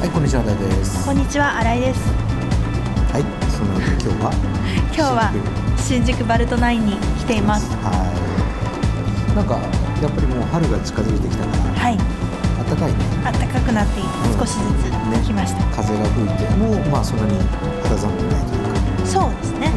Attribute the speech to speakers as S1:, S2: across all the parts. S1: はい、こんにちは、大です。
S2: こ
S1: は
S2: んにちは、新井です。
S1: い、その今日は。
S2: 今日は
S1: 新宿
S2: 新宿バルトナインに来ています。
S1: はい。なんか、やっぱりもう春が近づいてきたから、
S2: はい、
S1: 暖かいね。
S2: 暖かくなって
S1: ん
S2: 少しずつ来ました。
S1: 風が吹いて、もう、まあ、そんなに肌寒くないというか。
S2: そうですね。は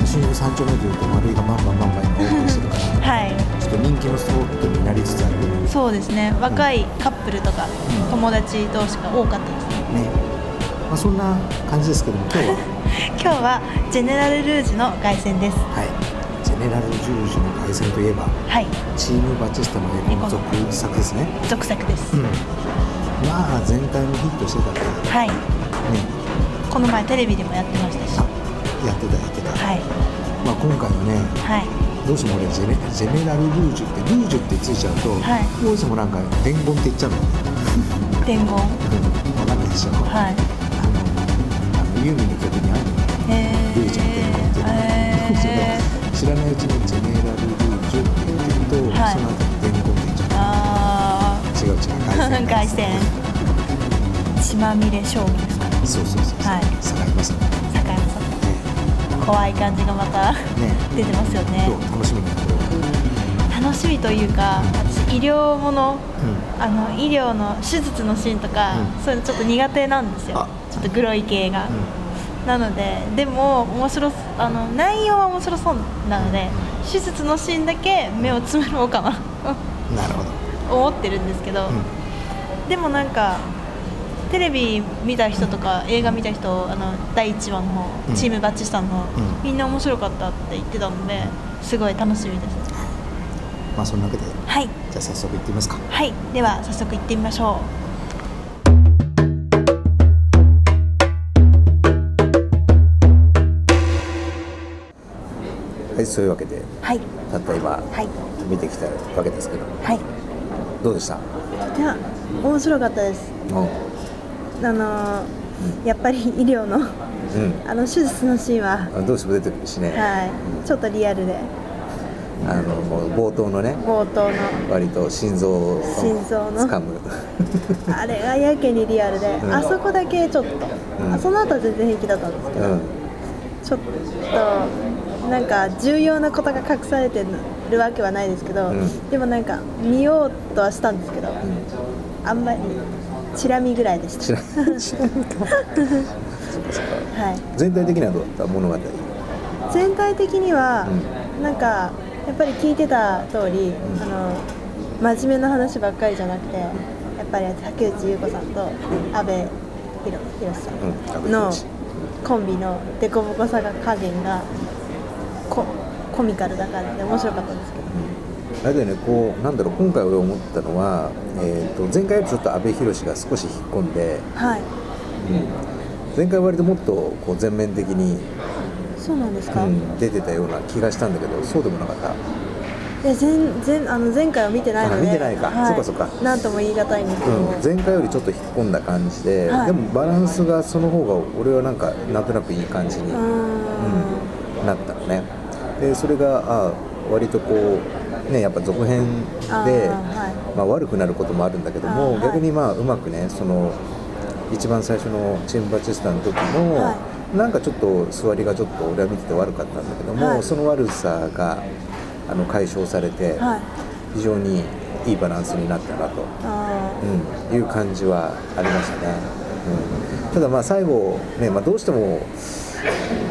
S1: うん、新宿三丁目というと、丸いがバンバンバンバン今オープンしてるから、
S2: い、は
S1: ちょっと人気のスポットになりつつある。
S2: い、そうですね。若いカップルとか
S1: ん
S2: 友達同士が多かったですね。
S1: ね。まあ、そんな感じですけども、今日は。
S2: 今日はジェネラルルージュの凱旋です。
S1: はい。ジェネラル十字の凱旋といえば、
S2: はい、
S1: チームバチスタの絵の続作ですね。
S2: 続作です。
S1: うんまあ全体もヒットしてたからね
S2: はい、この前テレビでもやってましたし。
S1: やってたやってた、
S2: はい、
S1: まあ今回はね
S2: はい、
S1: どうしても俺ジェネジェネラルルージュってルージュってついちゃうと、
S2: はい
S1: どうしてもなんか伝言って言っちゃうのね
S2: 伝言。
S1: うんわかんないでしょ、
S2: はい。
S1: あのあのユーミンの曲にあるのよ
S2: え
S1: ルージュって伝言って、
S2: えー。
S1: それを知らないうちにジェネラルルージュって言ってると、
S2: はい
S1: その後に伝言って言っちゃ
S2: ああ。
S1: う違う違う
S2: 外線血まみれ将棋ですか
S1: そうそうそうそう
S2: はい
S1: 下がりますね
S2: 坂山さん怖い感じがまた
S1: ね
S2: 出てますよね
S1: どう楽しみなところ
S2: 楽しみというか私医療もの
S1: うん
S2: あの医療の手術のシーンとか、
S1: うん
S2: そういうのちょっと苦手なんですよ
S1: あ
S2: ちょっとグロい系が、
S1: う
S2: なのででも面白そあの内容は面白そうなので手術のシーンだけ目をつむろうかな
S1: んなるほど、
S2: 思ってるんですけど、
S1: う
S2: でもなんかテレビ見た人とか映画見た人あの第1話の方、
S1: うん
S2: チームバッチしたの方、
S1: うん
S2: みんな面白かったって言ってたのですごい楽しみです
S1: ん、まあそんなわけでじ
S2: はい
S1: ゃあ早速行ってみますか
S2: はいでは早速行ってみましょ
S1: はいそういうわけで
S2: うはい
S1: たった今、
S2: はい
S1: 見てきたわけですけど
S2: はい
S1: どうでした
S2: いや面白かったです
S1: うん
S2: あのーやっぱり医療のあの手術のシーンは
S1: あどうしても出てくるしね、
S2: はいちょっとリアルで
S1: あのもう冒頭のね
S2: 冒頭の
S1: 割と心臓を
S2: 心臓の
S1: 掴 む
S2: あれがやけにリアルで、
S1: うん
S2: あそこだけちょっと、
S1: うん
S2: あその後は全然平気だったんですけ
S1: う
S2: ど、
S1: ん
S2: ちょっとなんか重要なことが隠されてるわけはないですけど、
S1: うん
S2: でもなんか見ようとはしたんですけど、
S1: うん
S2: あんまりチラ見ぐらいでし
S1: 知
S2: た
S1: らない知らないかそっかそっか
S2: はい
S1: 全体的にはどうだった物語うん
S2: 全体的には、なんかやっぱり聞いてた通り、
S1: ん
S2: あの真面目な話ばっかりじゃなくてやっぱり竹内優子さんと阿部寛さん
S1: 阿部
S2: の
S1: 寛
S2: コンビの凸凹さが加減がココミカルだからで面白かったんですけ
S1: あ
S2: ど
S1: れだよね、こうなんだろう今回俺思ったのは、えー、と前回よりちょっと阿部寛が少し引っ込んで、
S2: はい
S1: 前回割ともっとこう全面的に、
S2: そうなんです
S1: う
S2: か、い
S1: ん、出てたような気がしたんだけどそうでもなかった
S2: や全然あの前回は見てないので
S1: あ見てないか
S2: は
S1: そ
S2: い、
S1: っかそっか
S2: なんとも言い難いんですけど、
S1: うん、前回よりちょっと引っ込んだ感じで、
S2: はい
S1: でもバランスがその方が俺はなんかなんとなくいい感じに、
S2: うーん
S1: なったのねでそれがあ割とこうねやっぱ続編で、
S2: あーは
S1: まあ、悪くなることもあるんだけど
S2: あー
S1: も、
S2: はい
S1: 逆にまあうまくねその一番最初のチームバチスタの時の、
S2: は
S1: なんかちょっと座りがちょっと俺は見てて悪かったんだけども、
S2: はい
S1: その悪さがあの解消されて、
S2: はい
S1: 非常にいいバランスになったなと。
S2: あー
S1: うん、いう感じはありましたね、うん、ただまあ最後、ねまあ、どうしても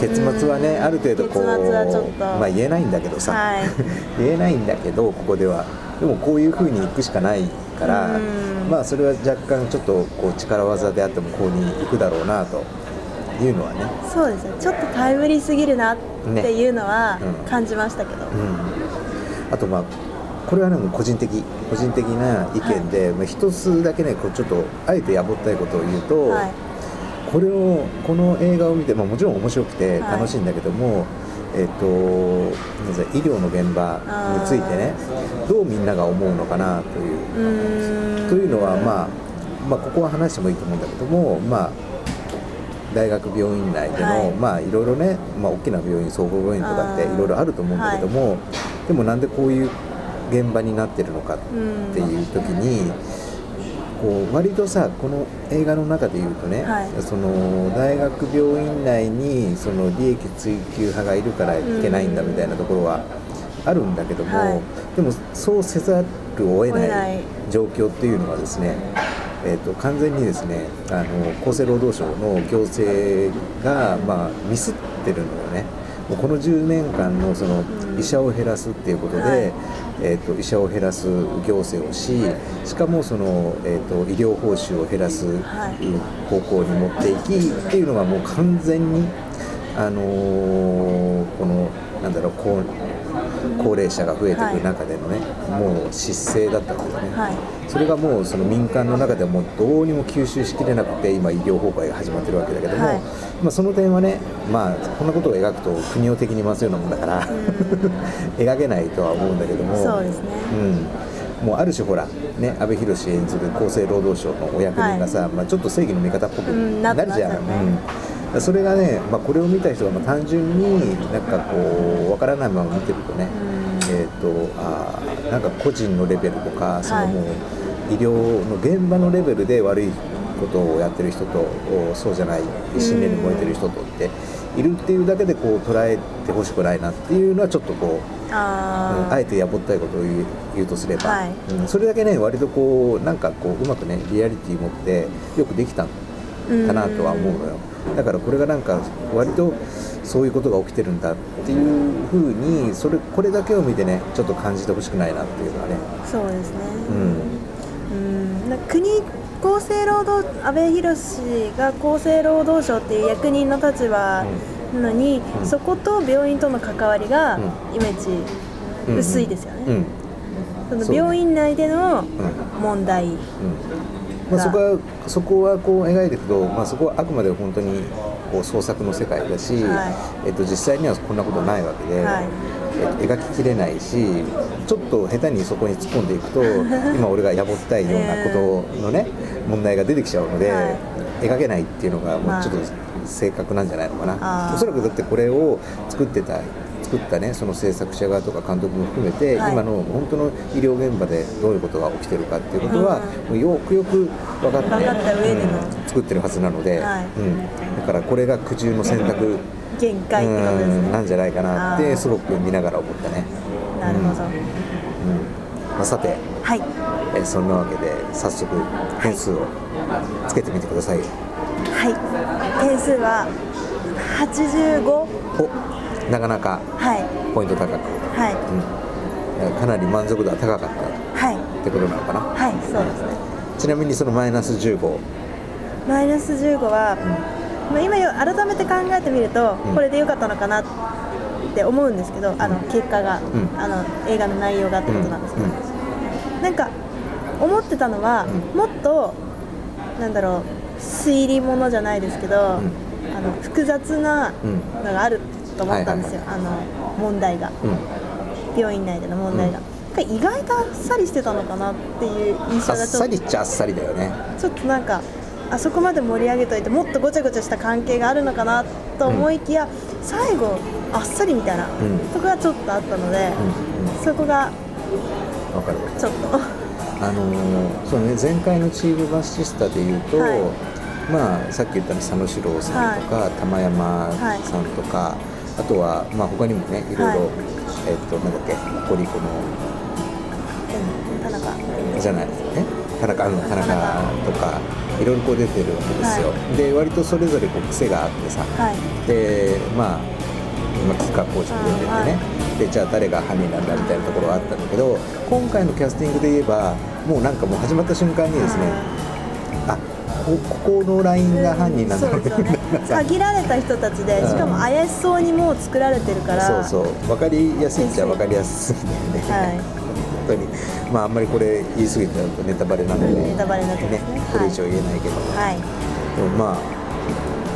S1: 結末はね
S2: うん
S1: ある程度こう
S2: 結末はちょっと
S1: まあ、言えないんだけどさ、
S2: はい
S1: 言えないんだけどここではでもこういう風に行くしかないから
S2: うん
S1: まあそれは若干ちょっとこう力技であってもこうに行くだろうなというのはね、
S2: そうですねちょっとタイムリーすぎるなっていうのは
S1: ねうん
S2: 感じましたけど、
S1: うん、あとまあこれはねもう個人的個人的な意見で、まあ、一つだけねこうちょっとあえてやぼったいことを言うと、
S2: はい
S1: これをこの映画を見て、まあ、もちろん面白くて
S2: はい
S1: 楽しいんだけども、えっとなんだろう医療の現場についてねどうみんなが思うのかなという
S2: うーん
S1: というのは、まあ、まあここは話してもいいと思うんだけども、まあ、大学病院内での、
S2: はい
S1: い、まあいろいろね、まあ、大きな病院総合病院とかって
S2: あー
S1: いろいろあると思うんだけども、でもなんでこういう現場になってるのかっていう時に、こう割とさこの映画の中で言うとね、
S2: はい
S1: その大学病院内にその利益追求派がいるからいけないんだみたいなところはあるんだけども、
S2: はい
S1: でもそうせざるを得
S2: 追え
S1: な
S2: ない
S1: い状況っていうのはですね、えー、と完全にですねあの厚生労働省の行政が、まあ、ミスってるのよね。もうこの10年間のその
S2: うん
S1: 医者を減らすっていうことで、
S2: はい
S1: えー、と医者を減らす行政をししかもその、えー、と医療報酬を減らす
S2: はい
S1: 方向に持っていきっていうのがもう完全に、あのーこのなんだろう高高齢者が増えていく中でのね、もう失勢だったんですよね。
S2: はい
S1: それがもうその民間の中ではもうどうにも吸収しきれなくて今医療崩壊が始まってるわけだけども、
S2: はい
S1: まあ、その点はね、まあ、こんなことを描くと国を敵に回すようなもんだから、 描けないとは思うんだけども
S2: そうですね
S1: うん、もうある種ほら、ね、安倍博士演じる厚生労働省のお役人がさ、まあ、ちょっと正義の味方っぽく
S2: うん
S1: な
S2: な
S1: るじゃん。
S2: なってますよ
S1: うん
S2: ね
S1: それがね、まあ、これを見た人がまあ単純になんかこうわからないまま見てるとね、
S2: うん
S1: えー、とあーなんか個人のレベルとかその
S2: はい
S1: もう医療の現場のレベルで悪いことをやってる人とおそうじゃない信念に燃えてる人とっているっていうだけでこう捉えてほしくないなっていうのはちょっとこう。うん
S2: あー
S1: あえてやぼったいことを言う言うとすれば、
S2: はい
S1: うんそれだけね割とこうなんかこううまくねリアリティ持ってよくできたんかなとは思うのよだからこれがなんか割とそういうことが起きてるんだっていうふうにそれこれだけを見てねちょっと感じてほしくないなっていうのはね
S2: そうですね、
S1: うん
S2: うんなんか国厚生労働安倍博士が厚生労働省っていう役人の立場なのに、
S1: うん
S2: そこと病院との関わりが
S1: うん
S2: イメージ
S1: うん
S2: 薄いですよね、
S1: うんうん
S2: その病院内での
S1: うん
S2: 問題
S1: まあ、そこはそこはこう描いていくと、まあ、そこはあくまで本当にこう創作の世界だし、
S2: は
S1: えっと、実際にはこんなことないわけで、
S2: はい
S1: えっと描ききれないしちょっと下手にそこに突っ込んでいく と今俺がやぼったいようなことのね、問題が出てきちゃうので、
S2: は
S1: 描けないっていうのがもうちょっ
S2: ま
S1: と正確なんじゃないのか
S2: あ
S1: な。
S2: ー
S1: おそらくだってこれを作ってた作ったねその制作者側とか監督も含めて、
S2: はい
S1: 今の本当の医療現場でどういうことが起きてるかっていうことは、
S2: うん
S1: もうよくよく分かって
S2: 分かった上での
S1: うん作ってるはずなので、
S2: はい
S1: うん、だからこれが苦渋の選択
S2: 限界ってことです
S1: うんな
S2: ね
S1: んじゃないかなって
S2: あー
S1: すごく見ながら思ったね、
S2: なるほど、
S1: うんまあ、さて
S2: はい
S1: えそんなわけで早速点数をつけてみてください、
S2: はい点数は85
S1: おなかなか
S2: はい
S1: ポイント高く、
S2: はい
S1: うん、かなり満足度は高かった
S2: はい
S1: ってことなのかな、
S2: はいそうですね
S1: ちなみにそのマイナス15、
S2: マイナス15は、まあ、今よ改めて考えてみると、
S1: うん
S2: これで良かったのかなって思うんですけどあの結果が、
S1: ん
S2: あの映画の内容がってことなんですけど、
S1: うん
S2: なんか思ってたのは、
S1: う
S2: もっとなんだろう推理ものじゃないですけど、あの複雑な
S1: うん
S2: のがあると思ったんですよ、あの問題が
S1: うん
S2: 病院内での問題が、なんか意外とあっさりしてたのかなっていう印
S1: あ
S2: 象
S1: っ
S2: がちょっ
S1: さ
S2: と
S1: りっちゃあっさりだよね
S2: ちょっとなんかあそこまで盛り上げといてもっとごちゃごちゃした関係があるのかなと思いきや、最後あっさりみたいな、
S1: ん
S2: とこがちょっとあったので、
S1: うんうん
S2: そこが
S1: わかるわ
S2: ちょっと
S1: あのーそうね、前回のチームバシスタでいうと、
S2: はい
S1: まあ、さっき言った佐野史郎さんとか、玉山さんとか、あとは、まあ、他にもねいろいろ、
S2: はい
S1: えっとなんだっけコリコの
S2: うん田中
S1: じゃないえ田中うん田中とかいろいろこう出てるわけですよ、
S2: は
S1: で割とそれぞれこう癖があってさ、
S2: はい
S1: でまあまあ企画講師も出ててね、
S2: はい
S1: でじゃあ誰が犯人なんだみたいなところはあったんだけど今回のキャスティングで言えばもうなんかもう始まった瞬間にですね、あこここのラインが犯人なんだ
S2: そうですよね
S1: みたいなさ
S2: 限られた人たちで
S1: うん
S2: しかも怪しそうにもう作られてるから
S1: そう そう分かりやすいっちゃ分かりやすいんだよね、
S2: は
S1: 本当にまああんまりこれ言い過ぎちゃうとネタバレなので
S2: ネタバレになっちゃいますね
S1: これ以上言えないけど、
S2: いはい
S1: でもまあ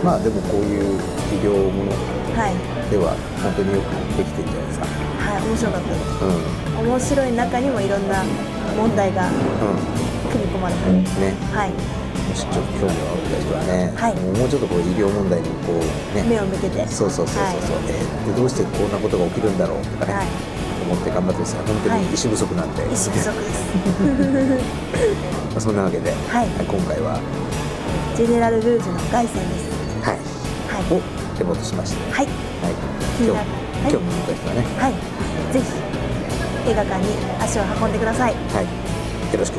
S1: まあでもこういう医療もの
S2: はい、
S1: では本当によくできてるんじゃないですか
S2: はい、面白かったです
S1: うん
S2: 面白い中にもいろんな問題
S1: う
S2: が
S1: ん
S2: 組み込まれてる
S1: ね、
S2: はい
S1: もしちょっと興味があった人はね、
S2: はい
S1: もうちょっとこう医療問題にこうね
S2: 目を向けて
S1: そうそうそうそうそう、えーでどうしてこんなことが起きるんだろうとかね、
S2: はい
S1: え思って頑張ってですね本当に医師不足なんで、
S2: 意識不足です
S1: まあ そんなわけで、
S2: はい
S1: 今回は、
S2: ジェネラルルージュの凱旋です
S1: はい、
S2: は
S1: を
S2: い
S1: レポートしました、
S2: は
S1: は
S2: い
S1: い、
S2: 気に
S1: 今
S2: なる
S1: 日興味持った人はね、
S2: はいぜひ映画館に足を運んでください
S1: はい、よろしく。